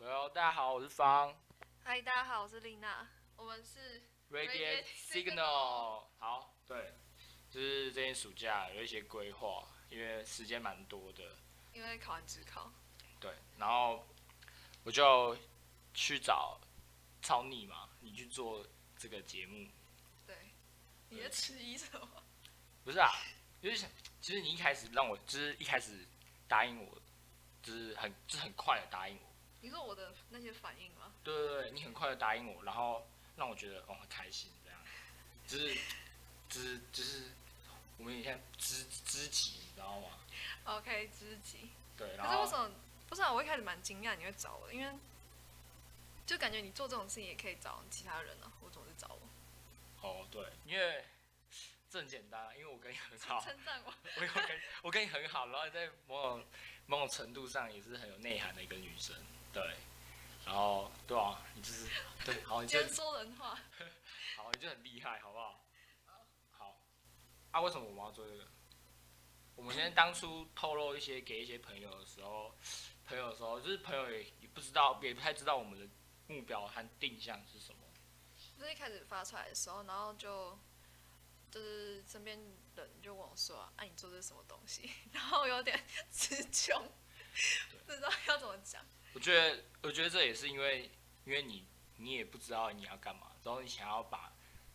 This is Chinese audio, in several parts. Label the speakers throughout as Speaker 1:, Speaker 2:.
Speaker 1: 哦家好，我是方
Speaker 2: 嗨，大家好，我是丽娜，我们是
Speaker 1: Radiate
Speaker 2: Radiate
Speaker 1: Signal。好，对，就是这些暑假有一些规划，因为时间蛮多的，
Speaker 2: 因为考完职考，
Speaker 1: 对，然后我就去找超你嘛，你去做这个节目，
Speaker 2: 对，你在迟疑什么？
Speaker 1: 不是啊，就是想，其实你一开始让我，就是一开始答应我，就是很，就是很快的答应我，
Speaker 2: 你说我的那些反应吗？
Speaker 1: 对对对，你很快的答应我，然后让我觉得哦很开心这样，就是，就是，就是我们以前知知己，你知道吗？
Speaker 2: OK，知己。
Speaker 1: 对，然
Speaker 2: 可是为
Speaker 1: 后
Speaker 2: 什么？不知道，我一开始蛮惊讶你会找我，因为就感觉你做这种事情也可以找其他人啊，我总是找我，
Speaker 1: 哦对，因为这很简单啊，因为我跟你很 好，
Speaker 2: 称赞我。
Speaker 1: 我有跟我跟你很好，然后在某种某种程度上也是很有内涵的一个女生，对，然后对啊，你就是对，好，你
Speaker 2: 今
Speaker 1: 就
Speaker 2: 天说人话，
Speaker 1: 好，你就很厉害，好不好？好，啊，为什么我们要做这个？我们先当初透露一些给一些朋友的时候，朋友的时候，就是朋友也也不知道，也不太知道我们的目标和定向是什么。
Speaker 2: 就是一开始发出来的时候，然后就就是身边人就问我说：“啊，你做这是什么东西？” 然后我有点词穷，不知道要怎么讲。
Speaker 1: 我觉得，我觉得这也是因为，因为你你也不知道你要干嘛，然后你想要把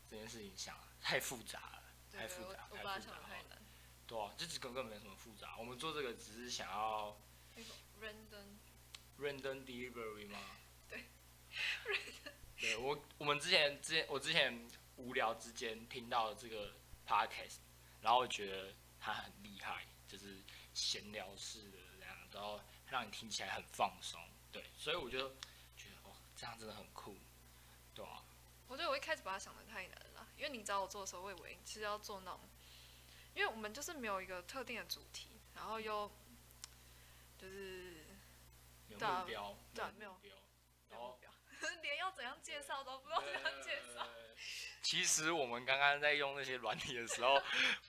Speaker 1: 这件事情想得太复杂了，
Speaker 2: 对
Speaker 1: 太
Speaker 2: 对，
Speaker 1: 复
Speaker 2: 我
Speaker 1: 杂，
Speaker 2: 我
Speaker 1: 太
Speaker 2: 把它
Speaker 1: 复
Speaker 2: 想
Speaker 1: 杂
Speaker 2: 的太
Speaker 1: 了。
Speaker 2: 难。
Speaker 1: 对啊，这只根本没什么复杂。我们做这个只是想要
Speaker 2: 那个 random
Speaker 1: random delivery 吗？
Speaker 2: 对。
Speaker 1: 对我，我们之前之前我之前无聊之间听到这个 podcast，然后我觉得他很厉害，就是闲聊式的这样，然后让你听起来很放松。对，所以我就觉得哇，这样真的很酷，对啊，
Speaker 2: 我觉得我一开始把它想的太难了，因为你找我做的时候，我以为是要做那种，因为我们就是没有一个特定的主题，然后又就是
Speaker 1: 有
Speaker 2: 对啊
Speaker 1: 目标，
Speaker 2: 对啊
Speaker 1: 目标，然后
Speaker 2: 目标， 连要怎样介绍都不知道怎样介绍。
Speaker 1: 呃其实我们刚刚在用那些软体的时候，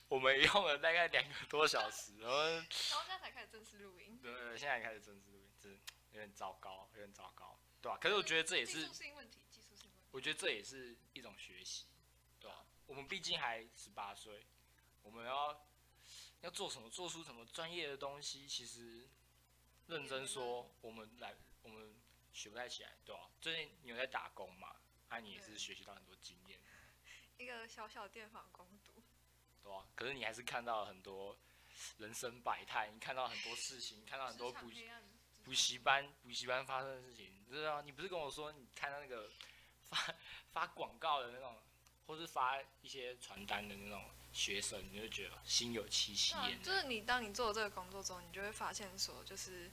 Speaker 1: 我们用了大概两个多小时，然后
Speaker 2: 然后现在才开始正式录音，
Speaker 1: 对对，对现在开始真是真有点糟糕，有点糟糕，对吧、可是我觉得这也
Speaker 2: 技
Speaker 1: 是
Speaker 2: 术，性问题，技术性问题。
Speaker 1: 我觉得这也是一种学习，对吧、我们毕竟还十八岁，我们要要做什么，做出什么专业的东西，其实认真说，
Speaker 2: 嗯
Speaker 1: 我们来我们学不太起来，对吧、最近你有在打工嘛？啊，你也是
Speaker 2: 对
Speaker 1: 学习到很多经验，
Speaker 2: 一个小小电访攻读，
Speaker 1: 对吧、可是你还是看到了很多人生百态，你看到很多事情，你看到很多
Speaker 2: 职场
Speaker 1: 不
Speaker 2: 黑暗，
Speaker 1: 补习班补习班发生的事情，你知道？你不是跟我说你看到那个发发广告的那种，或是发一些传单的那种学生，你就觉得心有戚戚
Speaker 2: 对啊
Speaker 1: 焉。
Speaker 2: 就是你当你做这个工作之后，你就会发现说，就是，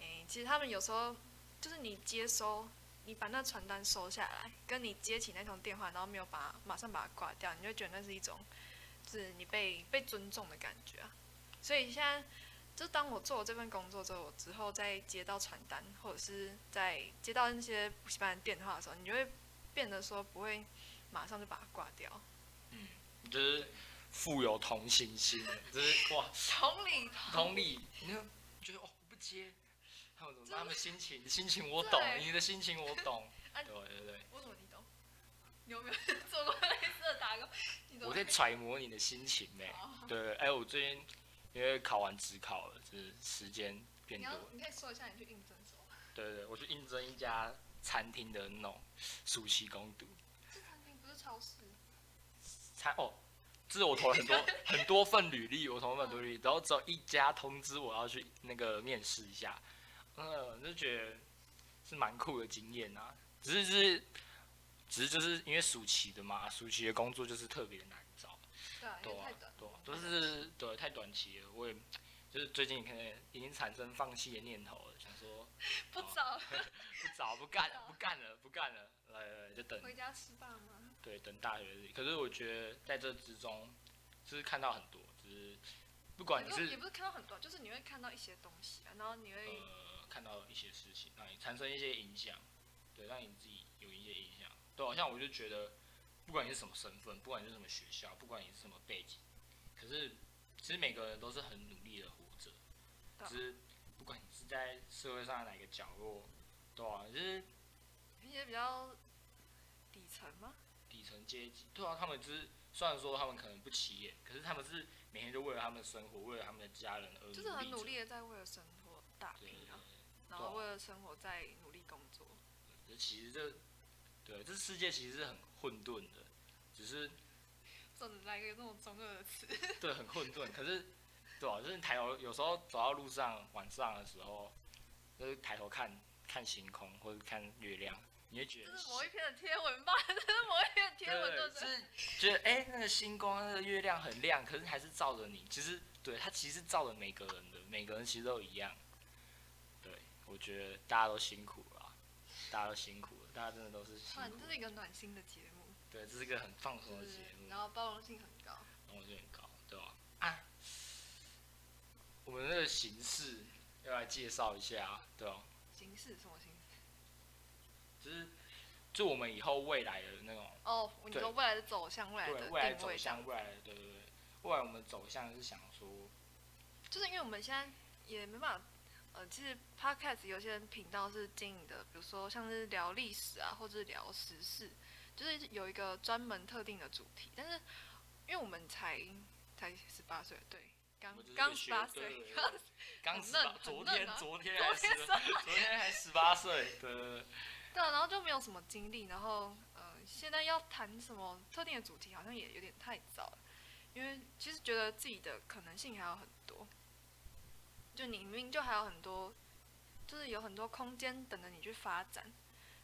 Speaker 2: 诶、其实他们有时候就是你接收，你把那传单收下来，跟你接起那通电话，然后没有把它马上把它挂掉，你就觉得那是一种，就是你被被尊重的感觉啊。所以现在，就当我做了这份工作之后，我之后再接到传单，或者是在接到那些补习班的电话的时候，你就会变得说不会马上就把它挂掉。
Speaker 1: 嗯，你就是富有同情心的，就是哇，
Speaker 2: 同理，
Speaker 1: 同理，你就觉得哦，我不接，他们怎么办？他们心情心情我
Speaker 2: 对
Speaker 1: 懂，你的心情我懂，
Speaker 2: 啊
Speaker 1: 对对对，
Speaker 2: 我怎么你懂？你有没有做过类似的打工？你懂
Speaker 1: 我在揣摩你的心情呢、
Speaker 2: 好
Speaker 1: 对，哎、我最近因为考完职考了，就是时间变
Speaker 2: 你
Speaker 1: 多
Speaker 2: 要
Speaker 1: 了。
Speaker 2: 你可以说一下你去应征什么？
Speaker 1: 对对，对，我去应征一家餐厅的那种暑期攻读
Speaker 2: 这餐厅不是超市，
Speaker 1: 餐哦，这是我投了很 多很多份履历，我投了很
Speaker 2: 嗯
Speaker 1: 多履历，然后只有一家通知我要去那个面试一下，嗯，就觉得是蛮酷的经验啊，只是就是只是就是因为暑期的嘛，暑期的工作就是特别难找，
Speaker 2: 对啊，因
Speaker 1: 对
Speaker 2: 为
Speaker 1: 啊
Speaker 2: 太短，，
Speaker 1: 对啊，都是对太短期了，我也就是最近可能已经产生放弃的念头了，想说
Speaker 2: 不早，
Speaker 1: 不找不 干了，不干了，不干了，来来来就等
Speaker 2: 回家吃饭吗？
Speaker 1: 对，等大学里。可是我觉得在这之中，就是看到很多，就是不管你
Speaker 2: 也不
Speaker 1: 是
Speaker 2: 也不是看到很多，就是你会看到一些东西啊，然后你会
Speaker 1: 呃看到一些事情，让你产生一些影响，对，让你自己有一些影响。对啊，像我就觉得，不管你是什么身份，不管你是什么学校，不管你是什么背景，可是其实每个人都是很努力的活着，
Speaker 2: 对啊
Speaker 1: 只是不管你是在社会上的哪个角落，对啊，就是
Speaker 2: 一些比较底层吗？
Speaker 1: 底层阶级，对啊，他们就是虽然说他们可能不起眼，可是他们是每天就为了他们的生活，为了他们的家人而
Speaker 2: 就是很
Speaker 1: 努
Speaker 2: 努
Speaker 1: 力
Speaker 2: 力的在为了生活打
Speaker 1: 着。对
Speaker 2: 拼
Speaker 1: 对
Speaker 2: 啊，
Speaker 1: 对
Speaker 2: 然后为了生活在努力工作。
Speaker 1: 对，其实这对这世界其实是很混沌的，只是
Speaker 2: 这么来个那种中二的词，
Speaker 1: 对，很混沌。可是，对啊，就是你抬头，有时候走到路上，晚上的时候，就是抬头看看星空或者看月亮，你会觉得
Speaker 2: 这是某一篇的贴文吧？ 这是某一篇的贴文，对
Speaker 1: 对，
Speaker 2: 不对？
Speaker 1: 是觉得哎、那个星光、那个月亮很亮，可是还是照着你。其实，对它其实照着每个人的，每个人其实都一样。对，我觉得大家都辛苦了啊，大家都辛苦了，大家真的都是辛
Speaker 2: 哇，
Speaker 1: 苦
Speaker 2: 这。是一个暖心的节目，
Speaker 1: 对，这是一个很放松
Speaker 2: 就
Speaker 1: 的
Speaker 2: 是
Speaker 1: 节目。
Speaker 2: 然后包容性很高。
Speaker 1: 然后就很高，对吧、啊？我们那个形式要来介绍一下，啊对吧、
Speaker 2: 形式什么形式？
Speaker 1: 就是就我们以后未来的那种，
Speaker 2: 哦，你
Speaker 1: 对
Speaker 2: 说未来的走向，未来的
Speaker 1: 对未来的
Speaker 2: 定
Speaker 1: 走
Speaker 2: 位这样，
Speaker 1: 向，未来的对对对，未来我们走向是想说，
Speaker 2: 就是因为我们现在也没办法。呃，其实 podcast 有些人频道是经营的，比如说像是聊历史啊，或者是聊时事，就是有一个专门特定的主题。但是因为我们才才十八岁，对，
Speaker 1: 我
Speaker 2: 刚
Speaker 1: 们就是
Speaker 2: 刚
Speaker 1: 学
Speaker 2: 十八
Speaker 1: 对对
Speaker 2: 岁，
Speaker 1: 对
Speaker 2: 刚
Speaker 1: 对刚十
Speaker 2: 很
Speaker 1: 八
Speaker 2: 嫩，
Speaker 1: 昨
Speaker 2: 很嫩
Speaker 1: 天
Speaker 2: 啊
Speaker 1: 昨天还
Speaker 2: 昨
Speaker 1: 十
Speaker 2: 天，
Speaker 1: 昨天还十八 岁，对对对，
Speaker 2: 对啊，然后就没有什么经历，然后呃，现在要谈什么特定的主题，好像也有点太早了，因为其实觉得自己的可能性还有很多，就你明明就还有很多，就是有很多空间等着你去发展，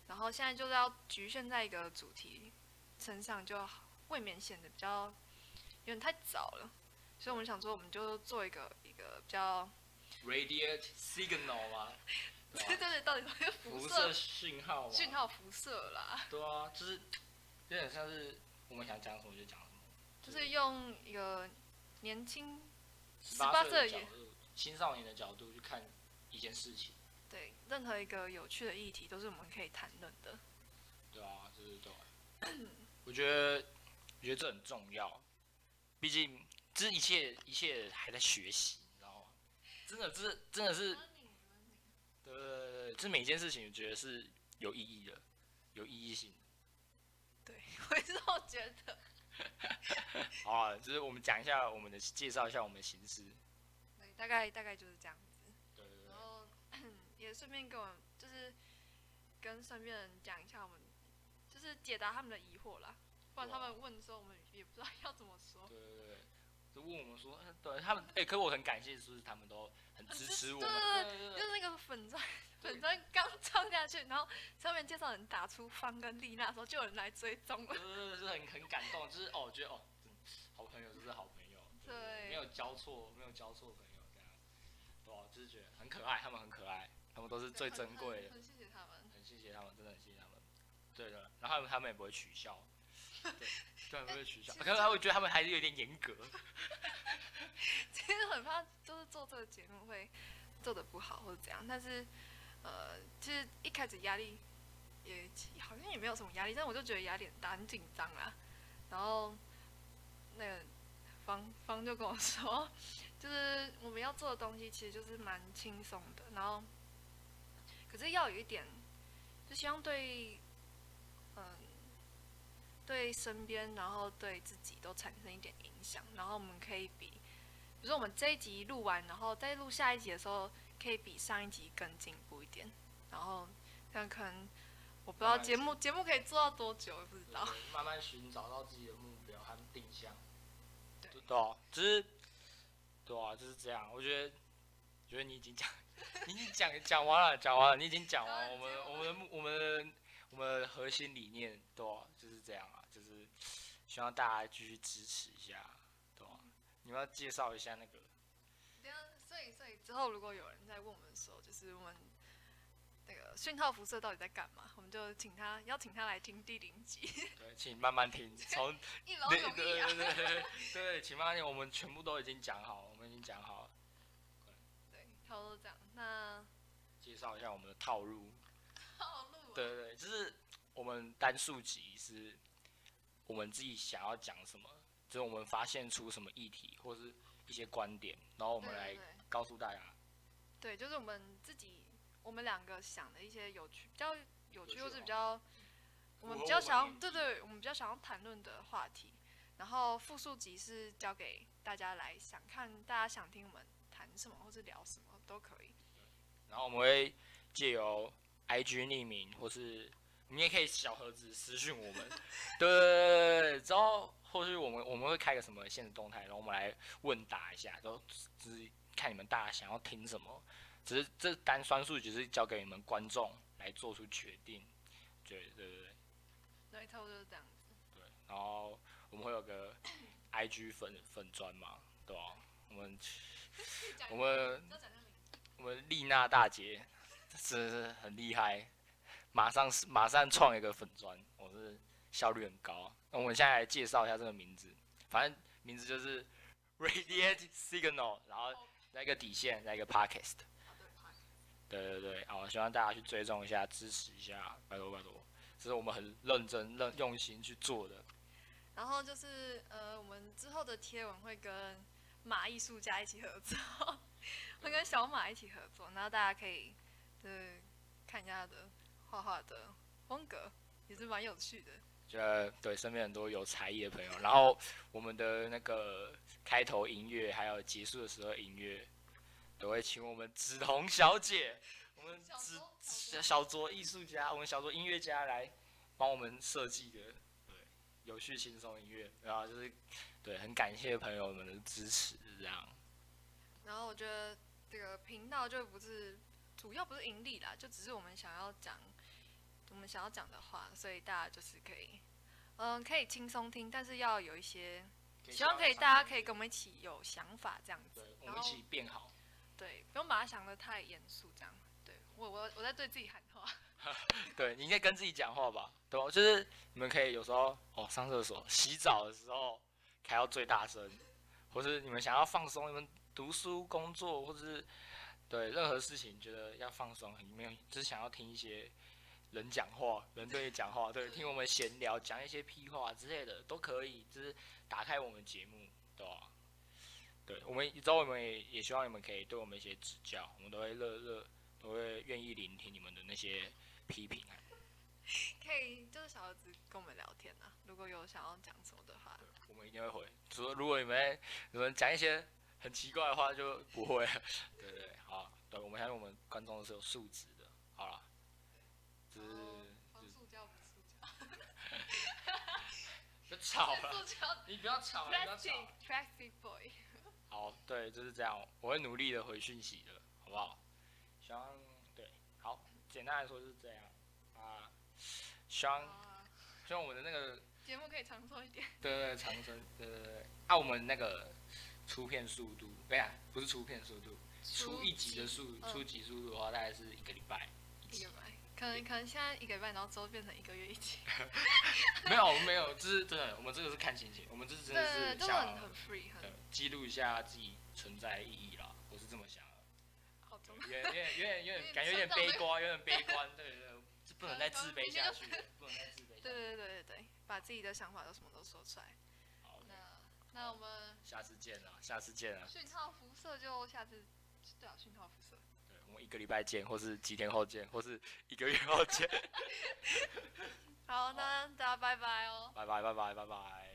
Speaker 2: 然后现在就是要局限在一个主题身上，就未免显得比较有点太早了，所以我们想说，我们就做一个一个比较，
Speaker 1: ，radiate signal 嘛，对吧、
Speaker 2: 对对对，到底什么 啊
Speaker 1: 辐
Speaker 2: 辐
Speaker 1: 射
Speaker 2: 射
Speaker 1: 讯号嘛，
Speaker 2: 讯号辐射啦？
Speaker 1: 对啊，就是有点像是我们想讲什么就讲什么。
Speaker 2: 就是用一个年轻
Speaker 1: 十
Speaker 2: 十
Speaker 1: 八
Speaker 2: 八
Speaker 1: 岁的
Speaker 2: 岁
Speaker 1: 角
Speaker 2: 也
Speaker 1: 度，青少年的角度去看一件事情，
Speaker 2: 对任何一个有趣的议题都是我们可以谈论的。
Speaker 1: 对啊，就是对啊、 我觉得，我觉得这很重要，毕竟这一切一切还在学习，你知道吗？真的，这真的是，对对对对，这每件事情我觉得是有意义的，有意义性的。
Speaker 2: 我也是这么觉得。
Speaker 1: 好啊，就是我们讲一下我们的介绍一下我们的形式，
Speaker 2: 对，大概大概就是这样子。
Speaker 1: 对对
Speaker 2: 然后嗯也顺便跟我就是跟身边人讲一下，我们就是解答他们的疑惑啦。不然他们问的时候，我们也不知道要怎么说。
Speaker 1: 对对对对。就问我们说，嗯对他们，哎、可我很感谢，就是他们都很支持我们，
Speaker 2: 对
Speaker 1: 对对对
Speaker 2: 就是那个粉砖，
Speaker 1: 对
Speaker 2: 粉砖刚创下去，然后上面介绍人打出方跟丽娜的时候，就有人来追踪了。
Speaker 1: 就是就是很很感动，就是哦，我觉得哦，真好朋友就是好朋友，
Speaker 2: 对
Speaker 1: 没有交错，没有交错朋友这样，对啊、就是觉得很可爱，他们很可爱，他们都是最珍贵的，
Speaker 2: 很谢谢他们。
Speaker 1: 很谢谢他们，真的很谢谢他们。对的，然后他们他们也不会取笑， 对，他们不会取笑，
Speaker 2: 其实
Speaker 1: 可是他会觉得他们还是有点严格，
Speaker 2: 其实很怕就是做这个节目会做的不好或者怎样，但是呃，其实一开始压力也好像也没有什么压力，但我就觉得压力很大，很紧张啊啦。然后那个方方就跟我说， 就是我们要做的东西其实就是蛮轻松的，然后可是要有一点，就希望对嗯、对身边，然后对自己都产生一点影响，然后我们可以比。比如说我们这一集录完，然后再录下一集的时候，可以比上一集更进步一点。然后，但可能我不知道
Speaker 1: 慢慢
Speaker 2: 节目节目可以做到多久，也不知
Speaker 1: 对
Speaker 2: 道。
Speaker 1: 慢慢寻找到自己的目标和定向。
Speaker 2: 对
Speaker 1: 对啊，就是对啊，就是这样。我觉得，觉得你已经讲，你已经讲讲完了，讲完了，你已经讲完了我们我们的目我们的我们的核心理念，对啊、就是这样啊，就是希望大家继续支持一下，对啊、你们要介绍一下那个，
Speaker 2: 等一下，所以所以之后如果有人在问我们说，就是我们那个讯号辐射到底在干嘛，我们就请他邀请他来听第零集，
Speaker 1: 对，请慢慢听，从
Speaker 2: 一劳
Speaker 1: 对
Speaker 2: 永
Speaker 1: 对
Speaker 2: 逸
Speaker 1: 对
Speaker 2: 啊。
Speaker 1: 对对对，请慢慢听，我们全部都已经讲好了，我们已经讲好了，
Speaker 2: 对，差不多这样。那
Speaker 1: 介绍一下我们的套路。
Speaker 2: 套路、啊，
Speaker 1: 对对，对，就是我们单数集是我们自己想要讲什么，就是我们发现出什么议题或是一些观点，然后我们
Speaker 2: 对
Speaker 1: 来
Speaker 2: 对对
Speaker 1: 告诉大家。
Speaker 2: 对，就是我们自己我们两个想的一些有趣、比较有趣
Speaker 1: 有趣
Speaker 2: 或
Speaker 1: 的
Speaker 2: 是比
Speaker 1: 话
Speaker 2: 较我们比较想要，对对，我们比较想要谈论的话题。然后复述集是交给大家来想看，大家想听我们谈什么或是聊什么都可以。
Speaker 1: 然后我们会借由 IG 匿名，或是你也可以小盒子私讯我们，对对对对对，之后或是我们我们会开个什么现实动态，然后我们来问答一下，然后只是看你们大家想要听什么，只是这单算数只是交给你们观众来做出决定，对对对对。
Speaker 2: 对，差不多就是这样子。
Speaker 1: 对，然后我们会有个 IG 粉粉砖嘛，对吧、我们我们我们丽娜大姐真的是很厉害，马上是马上创一个粉砖，我是效率很高。那我们现在来介绍一下这个名字，反正名字就是 Radiate Signal，然后那个底线，那个 Podcast。对对对，好，希望大家去追踪一下，支持一下，拜托拜托，这是我们很认真、认用心去做的。
Speaker 2: 然后就是呃，我们之后的贴文会跟马艺术家一起合作，会跟小马一起合作，然后大家可以就是看一下他的画画的风格，也是蛮有趣的。
Speaker 1: 觉得呃对身边很多有才艺的朋友，然后我们的那个开头音乐还有结束的时候音乐，都会请我们梓潼小姐，我们
Speaker 2: 小
Speaker 1: 梓
Speaker 2: 卓小
Speaker 1: 小小卓艺术家，我们小卓音乐家来帮我们设计的，对，有趣轻松音乐，然后就是对，很感谢朋友们的支持，这样
Speaker 2: 然后我觉得这个频道就不是主要不是盈利啦，就只是我们想要讲我们想要讲的话，所以大家就是可以嗯可以轻松听，但是要有一些希望可以大家可以跟我们一起有想法这样子
Speaker 1: 对，，我
Speaker 2: 然
Speaker 1: 们
Speaker 2: 后
Speaker 1: 一起变好。
Speaker 2: 对，不用把它想的太严肃，这样。对我，我我在对自己喊话。
Speaker 1: 对，你应该跟自己讲话吧，对吧？就是你们可以有时候哦，上厕所、洗澡的时候开到最大声，或是你们想要放松，你们读书、工作，或者是对任何事情觉得要放松，你们就是想要听一些人讲话、人对你讲话，对，听我们闲聊，讲一些屁话之类的都可以，就是打开我们节目，对吧？对，我们之后我们也也希望你们可以对我们一些指教，我们都会乐乐，都会愿意聆听你们的那些批评啊。
Speaker 2: 可以，就是小儿子跟我们聊天啊，如果有想要讲什么的话，
Speaker 1: 我们一定会回。除了如果你们你们讲一些很奇怪的话，就不会了。对对对，好，对，我们相信我们观众是有素质的。好了，只是就是
Speaker 2: 塑胶不塑胶，
Speaker 1: 就吵了，
Speaker 2: 塑胶。
Speaker 1: 你不要吵了，你不要吵
Speaker 2: Plastic。Plastic Boy，
Speaker 1: 好，对，就是这样，我会努力的回讯息的，好不好？希望对，好，简单来说就是这样啊。希望
Speaker 2: 啊
Speaker 1: 希望我们的那个
Speaker 2: 节目可以长寿一点。
Speaker 1: 对对，对长生，对对对，啊，我们那个出片速度，对呀，不是出片速度，出一 集的速，
Speaker 2: 嗯
Speaker 1: 出集速度的话，大概是一个礼 拜一
Speaker 2: 一
Speaker 1: 集
Speaker 2: 个。礼拜，可能可能现在一个礼拜，然后之后变成一个月一集。
Speaker 1: 没有没有，这是真的，我们这个是看心情，我们这是真的
Speaker 2: 对，
Speaker 1: 是
Speaker 2: 都
Speaker 1: 想
Speaker 2: 很很 free，
Speaker 1: 呃
Speaker 2: 很
Speaker 1: 记录一下自己存在的意义啦，我是这么想的，
Speaker 2: 好中。
Speaker 1: 有点有点有点有
Speaker 2: 有点
Speaker 1: 点感觉有点
Speaker 2: 伤到
Speaker 1: 悲
Speaker 2: 那个
Speaker 1: 观，有点悲观，对对对，这不能再 自卑下去
Speaker 2: 刚刚明明就，
Speaker 1: 不能再自卑下去。
Speaker 2: 对对对对对，把自己的想法都什么都说出来。
Speaker 1: 好，
Speaker 2: 那那我们
Speaker 1: 下次见啦，下次见啦，
Speaker 2: 讯号辐射就下次，对啊，讯号辐射。
Speaker 1: 对，我们一个礼拜见，或是几天后见，或是一个月后见，
Speaker 2: 好，那大家拜拜哦。
Speaker 1: 拜拜拜拜拜拜。